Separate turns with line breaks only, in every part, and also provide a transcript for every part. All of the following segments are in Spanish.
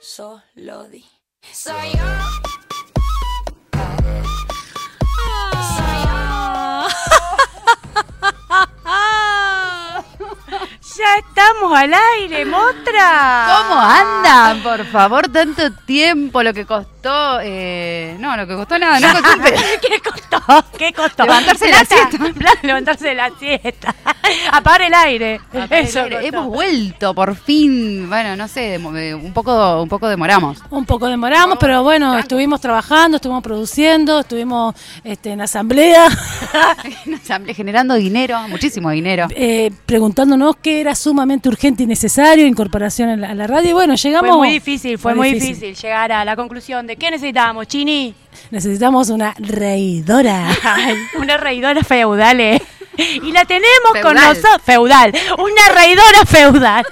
solo di. Soy yo. Soy yo.
Ah. Ya estamos al aire, Motra.
¿Cómo andan? Por favor, tanto tiempo, lo que costó. Eh, no, lo que costó nada, no costó un pedazo.
¿Qué costó? ¿Qué costó?
Levantarse de la
Plata,
siesta.
plata, levantarse de la siesta. Apagar el aire. Eso costó.
Hemos vuelto, por fin. Bueno, no sé, demo- eh, un poco, un poco demoramos.
Un poco demoramos, pero bueno, estuvimos trabajando, estuvimos produciendo, estuvimos este, en asamblea,
Generando dinero, muchísimo dinero.
eh, preguntándonos qué era sumamente urgente y necesario, incorporación a la, a la radio. Y bueno, llegamos.
Fue muy difícil, fue muy difícil. llegar a la conclusión de qué necesitamos, Chini.
Necesitamos una reidora.
Ay, Una reidora feudal, ¿eh? Y la tenemos con
Feudal.
nosotros. Feudal. Una reidora feudal.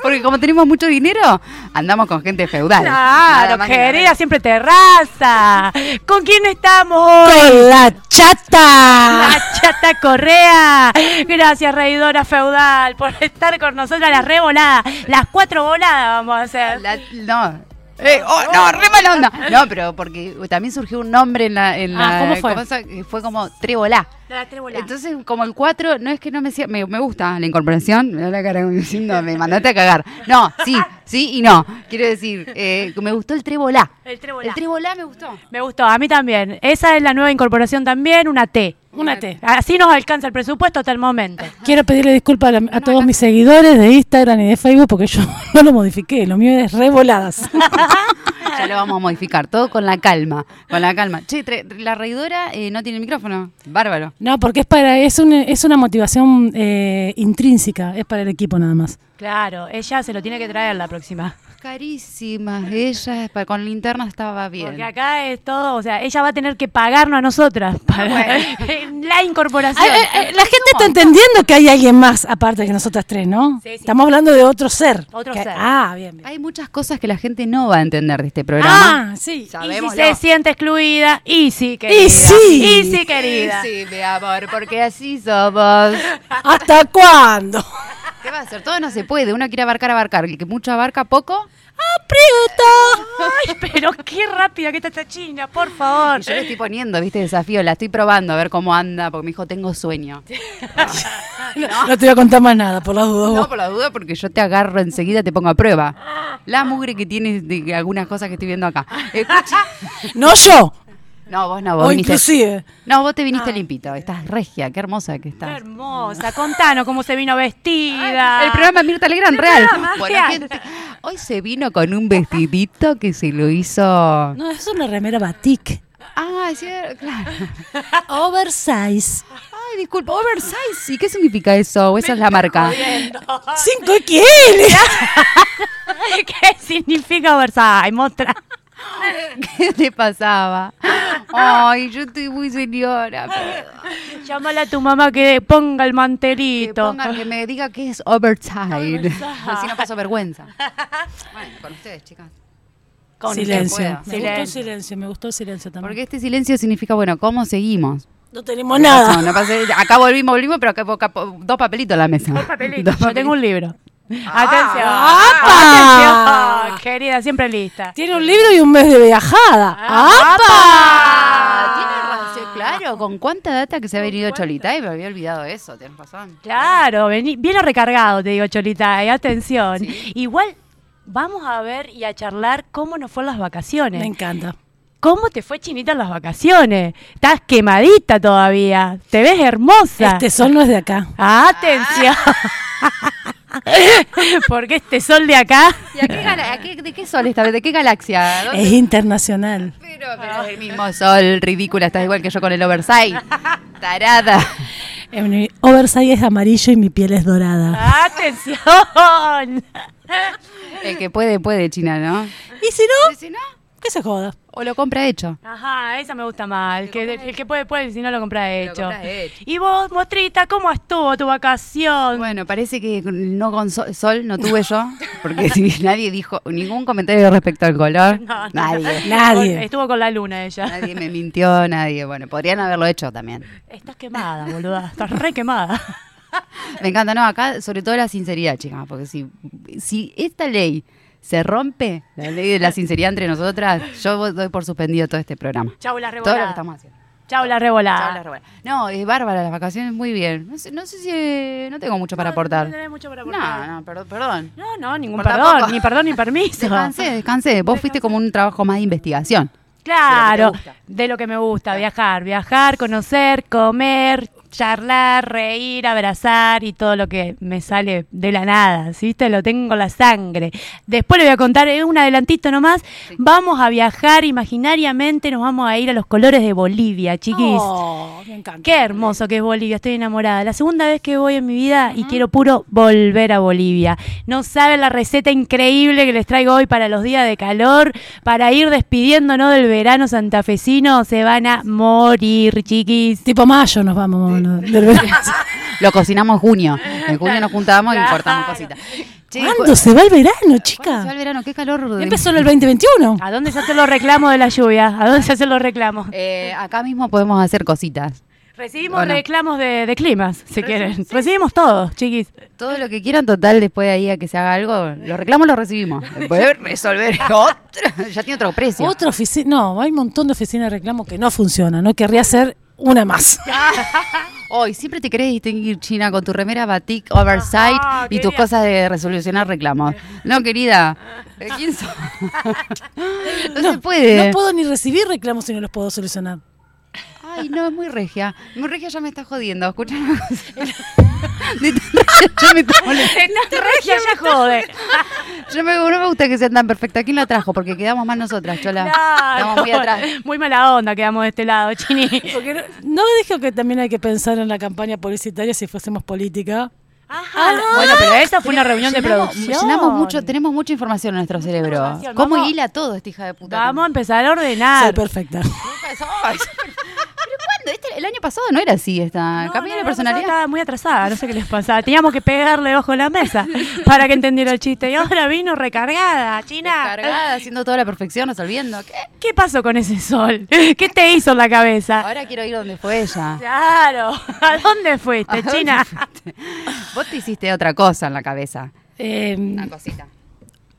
Porque como tenemos mucho dinero, andamos con gente feudal. Nada
Claro,
más ni nada
querida,
menos.
siempre terraza. ¿Con quién estamos hoy?
¡Con la chata!
La chata Correa. Gracias, reidora feudal, por estar con nosotros las re voladas. Las cuatro voladas vamos a hacer.
La- no. Eh, oh, no, re mala onda. No, pero porque también surgió un nombre en la. En
Ah,
la-
¿cómo fue?
se- fue como Trébolá.
Las tres voladas.
Entonces, como el 4, no es que no me sea- me, me gusta la incorporación, me da la cara como diciendo, me mandaste a cagar. No, sí, sí y no. Quiero decir, eh, me gustó el trébolá.
El trébolá.
El trébolá me gustó.
Me gustó, a mí también. Esa es la nueva incorporación también, una T.
Una T.
Así nos alcanza el presupuesto hasta el momento.
Quiero pedirle disculpas a, la- a todos mis seguidores de Instagram y de Facebook porque yo no lo modifiqué, lo mío es revoladas.
Ya lo vamos a modificar, todo con la calma, con la calma. Che, tre- la reidora eh, no tiene micrófono. Bárbaro.
No, porque es para es, un- es una motivación eh, intrínseca, es para el equipo nada más.
Claro, ella se lo tiene que traer la próxima.
Carísimas, ella pa- con linterna estaba bien.
Porque acá es todo, o sea, ella va a tener que pagarnos a nosotras para la incorporación.
Ay, ay,
eh,
ay, la gente está entendiendo que hay alguien más aparte que nosotras tres, ¿no?
Sí, sí.
Estamos hablando de otro ser.
Otro
Que-
ser.
Ah, bien. bien.
Hay muchas cosas que la gente no va a entender de este programa.
Ah, sí.
y si se siente excluida, y sí, querida.
sí.
Y sí, querida.
Sí, mi amor, porque así somos.
¿Hasta cuándo?
¿Qué va a hacer? Todo no se puede. Uno quiere abarcar, abarcar. El que mucho abarca, poco.
Ay, pero qué rápida que está esta china, por favor.
Y yo le estoy poniendo, viste, desafío. La estoy probando a ver cómo anda, porque me dijo, tengo sueño.
No. te voy a contar más nada, por las dudas.
No, por la duda, porque yo te agarro enseguida, te pongo a prueba. La mugre que tienes de algunas cosas que estoy viendo acá. Escucha.
No yo,
No, vos no, vos
o
viniste.
inclusive.
No, vos te viniste limpito. Estás regia, qué hermosa que
Qué
estás.
hermosa, contanos cómo se vino vestida.
El programa Mirta Legrand Real.
programa,
Bueno,
real.
gente, hoy se vino con un vestidito que se lo hizo.
No, es una remera batik.
Ah, sí, claro.
Oversize.
Ay, disculpa, oversize. ¿Y qué significa eso? ¿O esa es la marca?
5XL.
¿Qué significa Versailles? Mostra.
¿Qué te pasaba? Ay, yo estoy muy señora. pero-
Llámale a tu mamá que ponga el
Que,
mantelito.
ponga- que me diga qué es overtime. Así no paso vergüenza. Bueno, con ustedes, chicas.
Con
silencio.
pueda.
Me gustó el
Silencio.
silencio, me gustó el silencio también.
Porque este silencio significa, bueno, ¿cómo seguimos?
No tenemos nada.
No, no pasa- acá volvimos, volvimos, pero acá, acá- dos papelitos en la mesa. Dos
Papelito. Yo tengo
papelitos.
un libro.
Ah.
¡Apa!
Atención. Atención. Querida, siempre lista.
Tiene un libro y un mes de viajada.
Ah,
¡Apa!
tiene razón, claro, con cuánta data que se ha venido Cholita y me había olvidado eso, tienes razón.
Claro, vení- viene recargado, te digo, Cholita. eh, atención. Igual vamos a ver y a charlar cómo nos fueron las vacaciones.
Me encanta.
¿Cómo te fue Chinita en las vacaciones? Estás quemadita todavía. Te ves hermosa.
Este sol no es de acá.
Atención. Porque este sol de acá.
¿Y a qué gala- a qué- ¿De qué sol esta vez? ¿De qué galaxia? ¿Dónde-
Es internacional.
Pero,
Ah.
pero es el mismo sol, ridícula, estás igual que yo con el oversize. Tarada.
Eh, Mi oversize es amarillo y mi piel es dorada.
Atención.
El que puede, puede, China, ¿no?
Y si no,
Si no,
que se joda.
o lo compra hecho.
Ajá, esa me gusta más. El que, el que puede, puede, si no lo compras hecho.
compras hecho.
Y vos, Mostrita, ¿cómo estuvo tu vacación?
Bueno, parece que no con sol, sol no tuve yo, porque si nadie dijo ningún comentario respecto al color,
No, no.
nadie.
Nadie.
Estuvo con la luna ella.
Nadie me mintió, nadie. Bueno, podrían haberlo hecho también.
Estás quemada, boluda. Estás re quemada.
Me encanta, no, acá sobre todo la sinceridad, chicas, porque si, si esta ley se rompe, la ley de la sinceridad entre nosotras, yo doy por suspendido todo este programa.
Chau la
Todo lo que
revolada.
estamos haciendo.
Chau la revolada.
Chau, la revuelta. No, es bárbara las vacaciones, muy bien. No sé, no sé si eh, no tengo mucho para
No,
aportar.
no tenés mucho para aportar.
No, no, perdón. perdón.
No, no, ningún
Por
perdón,
tampoco.
ni perdón ni permiso.
Descansé, descansé. Vos fuiste como un trabajo más de investigación.
Claro,
De lo que te gusta.
de lo que me gusta, viajar, viajar, conocer, comer, charlar, reír, abrazar y todo lo que me sale de la nada, ¿viste? Lo tengo en la sangre. Después le voy a contar eh, un adelantito nomás. Vamos a viajar imaginariamente, nos vamos a ir a los colores de Bolivia, chiquis.
Oh, me encanta.
Qué hermoso que es Bolivia, estoy enamorada. La segunda vez que voy en mi vida y quiero puro volver a Bolivia. No saben la receta increíble que les traigo hoy para los días de calor, para ir despidiéndonos del verano santafesino. Se van a morir, chiquis.
Tipo mayo nos vamos. vámonos, del verano.
Lo cocinamos en junio. En junio nos juntamos y cortamos cositas. Che,
¿Cuándo se va el verano,
¿cuándo pues. se va
chica?
el verano? Ah, Qué calor. de-
Empezó en el 2021.
¿A dónde se hacen los reclamos de la lluvia? ¿A dónde se hacen los reclamos?
Eh, acá mismo podemos hacer cositas.
Recibimos
Bueno.
reclamos de, de climas, si quieren. Recibimos todos, chiquis.
Todo lo que quieran, total, después de ahí a que se haga algo, los reclamos los recibimos. Después resolver otro. Ya tiene otro precio.
Otra oficina. No, hay un montón de oficinas de reclamo que no funcionan. No querría hacer una más.
Hoy siempre te querés distinguir China con tu remera batik oversight
Ajá,
y tus
querida.
cosas de resolucionar reclamos. No, querida. ¿eh, ¿Quién sos? no, se puede.
No puedo ni recibir reclamos si no los puedo solucionar.
Ay, no, es muy regia. Muy regia ya me está jodiendo. Escucha una cosa. De tan regia ya me está molestando.
Regia ya jode.
Yo me, no me gusta que sean tan perfectas. ¿Quién la trajo? Porque quedamos mal nosotras, Chola. Estamos
Claro.
muy atrás.
Muy mala onda quedamos de este lado, Chini.
Porque no, no dijo que también hay que pensar en la campaña publicitaria si fuésemos política.
Ajá. Bueno, pero esa fue una reunión de
Ah, Llenamos-
producción.
Llenamos mucho, tenemos mucha información en nuestro cerebro.
información,
¿Cómo
vamos.
hila todo esta hija de puta?
Vamos a empezar a
Soy
ordenar.
perfecta.
Nunca sos. ¿Pero cuándo? Este- el año pasado no era así esta.
No,
Cambié
no,
de
la
personalidad.
pasada Estaba muy atrasada, no sé qué les pasaba. Teníamos que pegarle bajo la mesa para que entendiera el chiste. Y ahora vino recargada, China.
Cargada, haciendo toda la perfección, resolviendo. ¿Qué?
¿Qué pasó con ese sol? ¿Qué te hizo en la cabeza?
Ahora quiero ir donde fue ella.
Claro. ¿A dónde
¿A
fuiste,
dónde
China?
fuiste? Vos te hiciste otra cosa en la cabeza.
Eh,
Una cosita.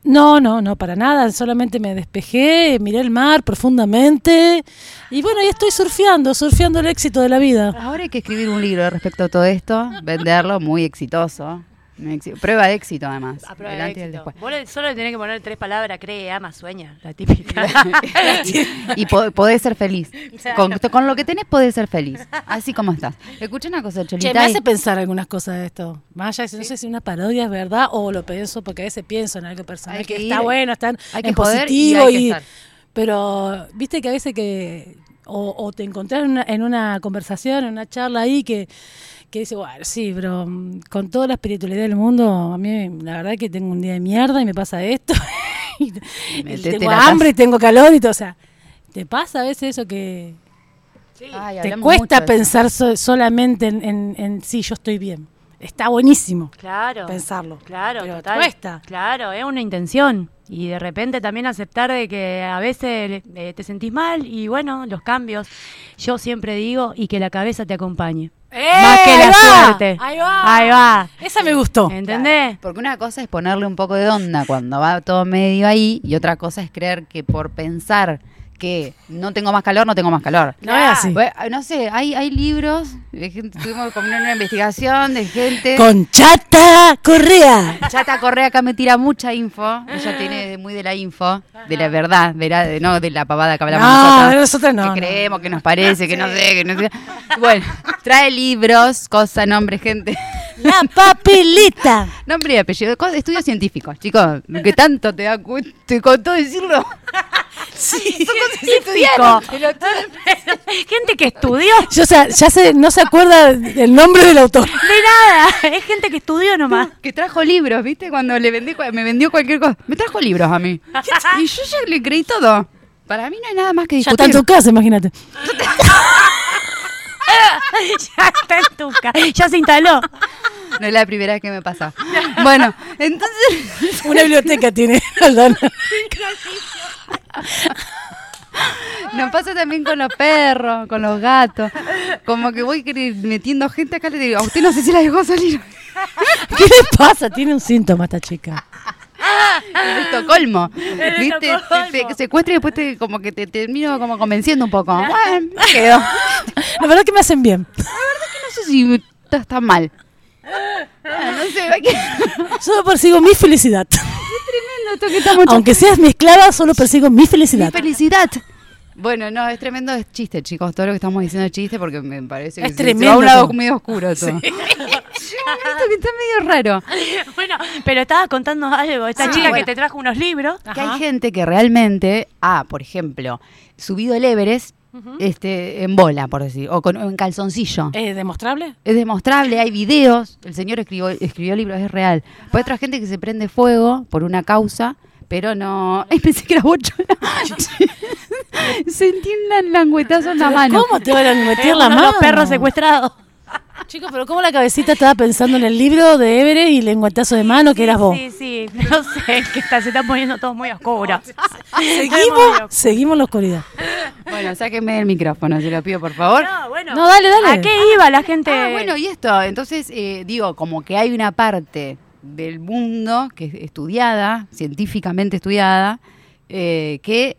no, no, no, para nada. Solamente me despejé, miré el mar profundamente. Y bueno, y estoy surfeando, surfeando el éxito de la vida.
Ahora hay que escribir un libro respecto a todo esto, venderlo, muy exitoso. Muy exi- Prueba de éxito, además. El antes y el después.
Vos le- solo le tenés que poner tres palabras, cree, ama, sueña, la típica.
y po- podés ser feliz. Con, con lo que tenés podés ser feliz. Así como estás. Escucha una cosa, Cholita.
Che, me
y-
hace pensar algunas cosas de esto. Más allá, de si- no sé si una parodia es verdad o lo pienso porque a veces pienso en algo personal
Hay
que,
que
está
ir,
bueno, está en-
hay que
en
poder y
positivo.
hay que
y-
estar.
pero viste que a veces que o, o te encontrás en una, en una conversación, en una charla ahí que, que dice, bueno, sí, pero mm, con toda la espiritualidad del mundo, a mí la verdad que tengo un día de mierda y me pasa esto. y y
Metete
tengo
la taza.
hambre y tengo calor y todo. O sea, ¿te pasa a veces eso que
Ay,
te
hablamos
cuesta
mucho de eso.
pensar so- solamente en, en, en, sí, yo estoy bien. Está buenísimo
Claro.
pensarlo.
Claro,
pero
total.
cuesta.
Claro, es una intención. Y de repente también aceptar de que a veces eh, te sentís mal y bueno, los cambios. Yo siempre digo, y que la cabeza te acompañe. Más que la
¡Eh! ahí va,
suerte.
Ahí va.
Ahí va.
Esa me gustó.
Eh, ¿Entendés?
Porque una cosa es ponerle un poco de onda cuando va todo medio ahí y otra cosa es creer que por pensar que no tengo más calor, no tengo más calor.
No es así.
Bueno, no sé, hay, hay libros, de gente- tuvimos como una investigación de gente.
Conchata Correa.
Chata Correa acá me tira mucha info, ella tiene de- muy de la info, de la verdad, de la- de- no de la pavada que hablamos
No,
nosotras.
de nosotras no,
Que
no.
creemos, que nos parece, que no sé, que no sé. Bueno, trae libros, cosa, nombre, gente.
La papeleta.
Nombre y apellido, co- estudios científicos, chicos, que tanto te da cu- te contó decirlo.
Sí.
Estudiaron.
Gente que estudió
Yo, o sea, ya se, no se acuerda el nombre del autor.
de nada. Es gente que estudió nomás.
Que trajo libros, ¿viste? Cuando le vendí, cua- me vendió cualquier cosa. Me trajo libros a mí. Y yo ya le creí todo. Para mí no hay nada más que
Ya está en
discutir.
tu casa, imagínate.
ya está en tu ca- Ya se instaló.
No es la primera vez que me pasa. Bueno, entonces
Una biblioteca tiene. Aldana.
Nos pasa también con los perros, con los gatos. Como que voy cre- metiendo gente acá, le digo, a usted no sé si la dejó salir.
¿Qué le pasa? Tiene un síntoma esta chica.
En Estocolmo. ¿Viste?
Estocolmo.
Se, se secuestra y después te- como que te termino como convenciendo un poco. Bueno, me quedo. No
La verdad que me hacen bien.
sé si estás tan mal. Ah, No sé, va que-
Solo persigo mi felicidad.
no, esto que estamos
Aunque seas mi esclava, solo persigo mi
Mi
felicidad.
felicidad. Bueno, no, es tremendo es chiste, chicos. Todo lo que estamos diciendo es chiste porque me parece que se-
Es
se va a
tremendo
un lado
todo.
medio oscuro todo. Yo, esto que está medio raro.
bueno, pero estabas contando algo. Esta
Ah,
Sí,
chica
bueno.
que te trajo unos libros.
Que hay gente que realmente, ah, por ejemplo, subido el Everest este, en bola, por decir, o, con, o en calzoncillo.
¿Es demostrable?
Es demostrable, hay videos. El señor escribió, escribió libros, es real. Pues hay otra gente que se prende fuego por una causa, pero no. Ay, pensé que era bochola. Sentí un languetazo en la mano.
¿Cómo te van a meter
Eh,
la
uno de
mano?
Los perros secuestrados.
Chicos, pero ¿cómo la cabecita estaba pensando en el libro de Everett y el enguantazo de mano que eras vos?
Sí, sí. No sé, que está- se están poniendo todos muy oscuros.
Seguimos, seguimos en la oscuridad.
Bueno, sáquenme el micrófono, se lo pido, por favor.
No, bueno.
No, dale, dale.
¿A qué iba la gente?
Ah, bueno, y esto, entonces, eh, digo, como que hay una parte del mundo que es estudiada, científicamente estudiada, eh, que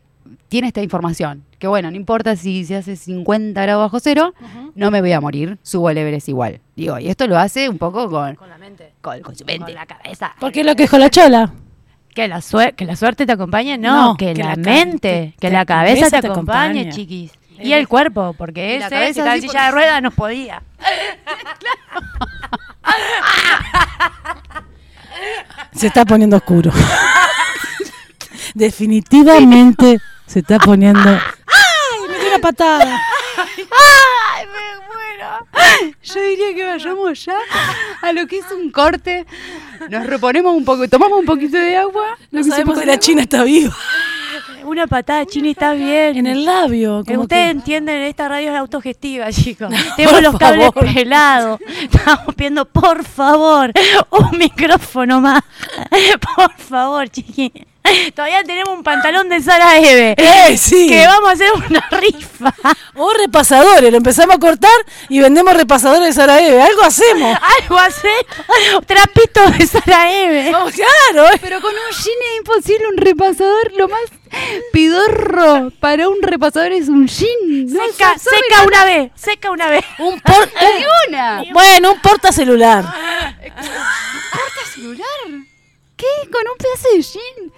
tiene esta información. Que bueno, no importa si se hace 50 grados bajo cero, no me voy a morir, subo al Everest igual. Digo, y esto lo hace un poco con,
Con la mente.
con, con su mente.
Con la cabeza.
Porque es lo que es con la chola.
Que la, sue- que la suerte te acompañe, no,
No,
que,
que
la
la ca-
mente,
que-
que
que
la
la
cabeza
cabeza
te
te
acompañe,
acompaña.
chiquis. Y el cuerpo, porque
Y la
ese,
cabeza
si estaba en
sí,
silla
porque-
de ruedas, no podía.
Se está poniendo oscuro. Definitivamente se está poniendo. ¡Ay! Me dio una patada.
¡Ay, me muero! Yo diría que vayamos ya a lo que es un corte. Nos reponemos un poco, tomamos un poquito de agua. lo
No
que
sabemos si
supongo-
la China está viva.
Una patada, Chini, estás bien.
En el labio.
Que
Como
Ustedes
que-
entienden, esta radio es autogestiva, chicos. Tenemos los
por
cables
favor.
pelados. Estamos pidiendo, por favor, un micrófono más. Por favor, chiqui. Todavía tenemos un pantalón de Sara Eve.
¡Eh, sí!
Que vamos a hacer una rifa.
O repasadores. Lo empezamos a cortar y vendemos repasadores de Sarajevo. Algo hacemos.
Algo así. Trapitos de Sara Eve.
Vamos, claro. eh.
Pero con un jean es imposible, un repasador, lo más pidorro para un repasador es un jean. No
Seca,
se absorbe
seca una vez, seca una vez.
Un por-
nada de una.
Bueno, un portacelular.
celular? ¿Qué? ¿Con un pedazo de jean?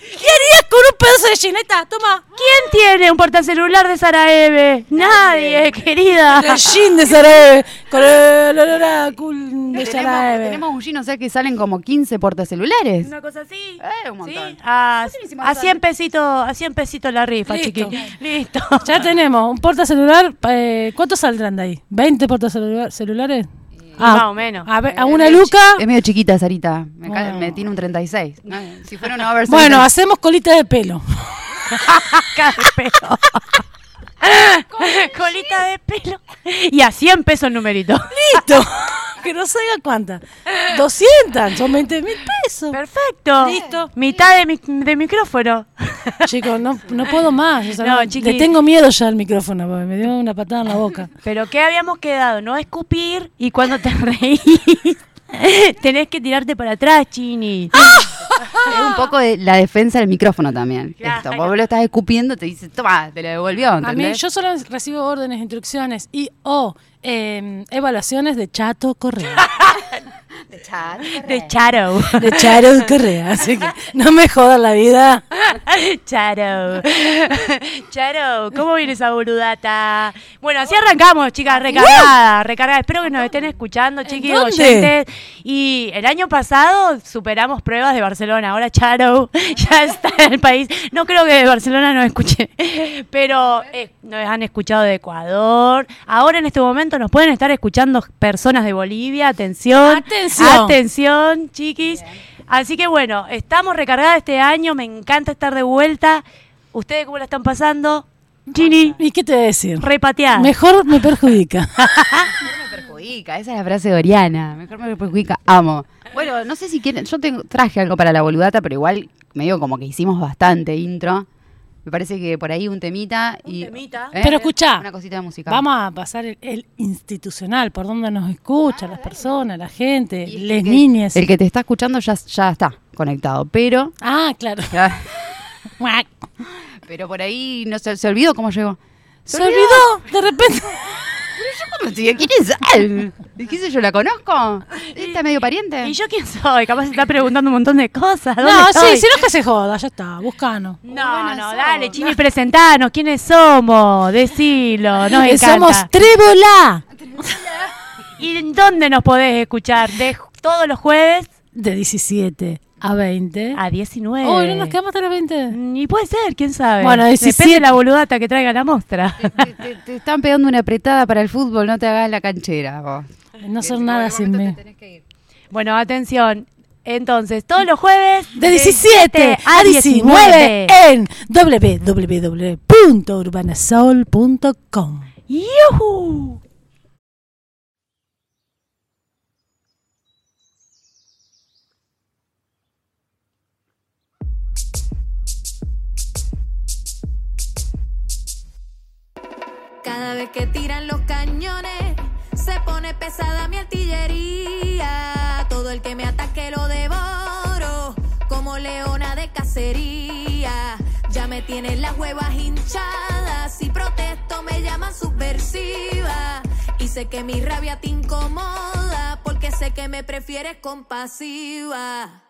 ¿Qué harías con un pedazo de gineta? Toma.
¿Quién tiene un portacelular de Sara Eve? Nadie, querida.
El jean de Sarajevo. Con el olor a cul de
Tenemos,
Sarajevo.
tenemos un jean, o sea que salen como 15 portacelulares.
Una cosa así.
Eh, un montón.
¿Sí? A,
Buenísimo,
Ah, a 100 pesitos, a 100 pesitos la rifa,
Listo.
chiqui. Listo.
Ya tenemos un portacelular. Eh, ¿Cuántos saldrán de ahí? ¿20 portacelulares?
Más o menos.
Ah, A, ver, a
Es
una
medio
luca.
chi- Es medio chiquita, Sarita. Me, ca-
Bueno.
me tiene un 36. No, si fuera una oversize.
Bueno, hacemos colita de pelo.
Acá de pelo. Colita de pelo. Y a 100 pesos el numerito.
Listo. que no salga cuánta. 200. Son 20 mil pesos.
Perfecto.
Listo.
Mitad de, mi- de micrófono.
Chicos, no, no puedo más. o sea,
No,
no,
chiqui.
le tengo miedo ya al micrófono. porque Me dio una patada en la boca.
Pero ¿qué habíamos quedado? No escupir y cuando te reís tenés que tirarte para atrás, Chini.
Es un poco de la defensa del micrófono también.
Claro.
Esto, vos lo estás escupiendo, te dice, toma, te lo devolvió.
A mí,
¿entendés?
yo solo recibo órdenes, instrucciones y o eh, evaluaciones de Chato Correa.
Ah,
De Este Charo.
De Charo Correa. Así que no me jodan la vida.
Charo. Charo, ¿cómo viene esa burudata? Bueno, así arrancamos, chicas, recargada, recargada. Espero que nos estén escuchando, chiquillos
dónde?
oyentes. Y el año pasado superamos pruebas de Barcelona. Ahora Charo ya está en el país. No creo que de Barcelona nos escuche, pero eh, nos han escuchado de Ecuador. Ahora en este momento nos pueden estar escuchando personas de Bolivia. Atención.
Atención.
Atención, chiquis. Así que bueno, estamos recargadas este año, me encanta estar de vuelta. ¿Ustedes cómo la están pasando? Chini,
¿Y qué te voy a decir?
repateada.
Mejor me perjudica.
Mejor me perjudica, esa es la frase de Oriana. Mejor me perjudica, amo. Bueno, no sé si quieren, yo tengo- traje algo para la boludata, pero igual medio como que hicimos bastante intro. Me parece que por ahí un temita y.
temita.
¿eh?
Pero escuchá,
Una cosita musical.
Vamos a pasar el, el institucional, por donde nos escuchan las personas, la gente,
Y el
les
que-
niñas.
El que te está escuchando ya, ya está conectado, pero.
Ah, claro. Muac.
Pero por ahí no se, se olvidó cómo llegó.
Se olvidó, de repente.
¿Cómo te digo? ¿Quién es? ¿Y ¿Qué sé yo? ¿La conozco? ¿Está medio pariente?
¿Y yo quién soy? Capaz se está preguntando un montón de cosas. ¿Dónde
No,
estoy?
sí, si no es que se joda, ya está, buscano.
No,
Buenas
no,
somos.
dale, Chini, presentanos. ¿Quiénes somos? Decilo, nos
Eh,
encanta.
Somos Trébola
¿Y en dónde nos podés escuchar? De ju- todos los jueves
de 17 a 20.
a 19.
Eh. Uy, no nos quedamos hasta las 20.
Mm, Y puede ser, quién sabe.
Bueno,
Depende de
17.
la boludata que traiga la muestra.
Te, te- te están pegando una apretada para el fútbol, no te hagas la canchera vos.
No son nada sin mí.
bueno, atención. Entonces, todos los jueves
De 17 a 19 en www.urbanasol.com.
¡Yujú!
Cada vez que tiran los cañones, se pone pesada mi artillería. Todo el que me ataque lo devoro, como leona de cacería. Ya me tienen las huevas hinchadas, si protesto me llaman subversiva. Y sé que mi rabia te incomoda, porque sé que me prefieres compasiva.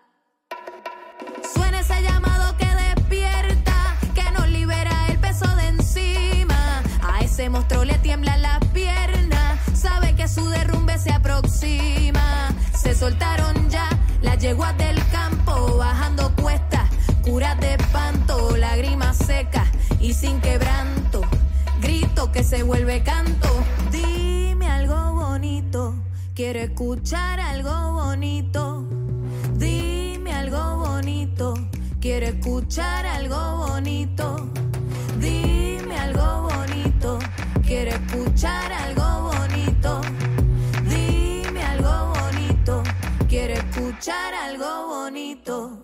Suena ese llamado que despierta, que nos libera el peso de encima. A ese monstruo le tiemblan las piernas, sabe que su derrumbe se aproxima. Se soltaron ya las yeguas del campo, bajando cuestas, curas de espanto, lágrimas secas y sin quebranto. Grito que se vuelve canto. Dime algo bonito, quiero escuchar algo bonito. Dime algo bonito, quiero escuchar algo bonito. Dime algo bonito, quiero escuchar algo bonito. Dime algo bonito, quiero escuchar algo bonito.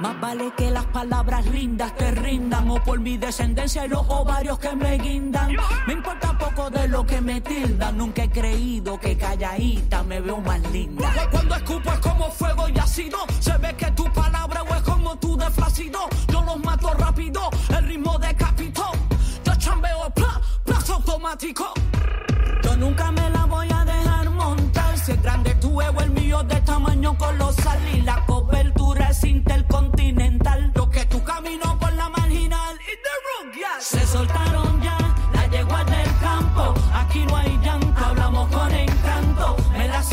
Más vale que las palabras rindas te rindan o por mi descendencia y los ovarios que me guindan. Me importa poco de lo que me tildan, nunca he creído que calladita me veo más linda. Cuando escupo es como fuego y ácido, se ve que tu palabra o es como tu desflacido. Yo los mato rápido, el ritmo decapitó. Yo chambeo, pla, plazo automático. Yo nunca me la voy a dejar este montar. Si es grande tu ego, el mío de tamaño colosal. Y la cobertura es sin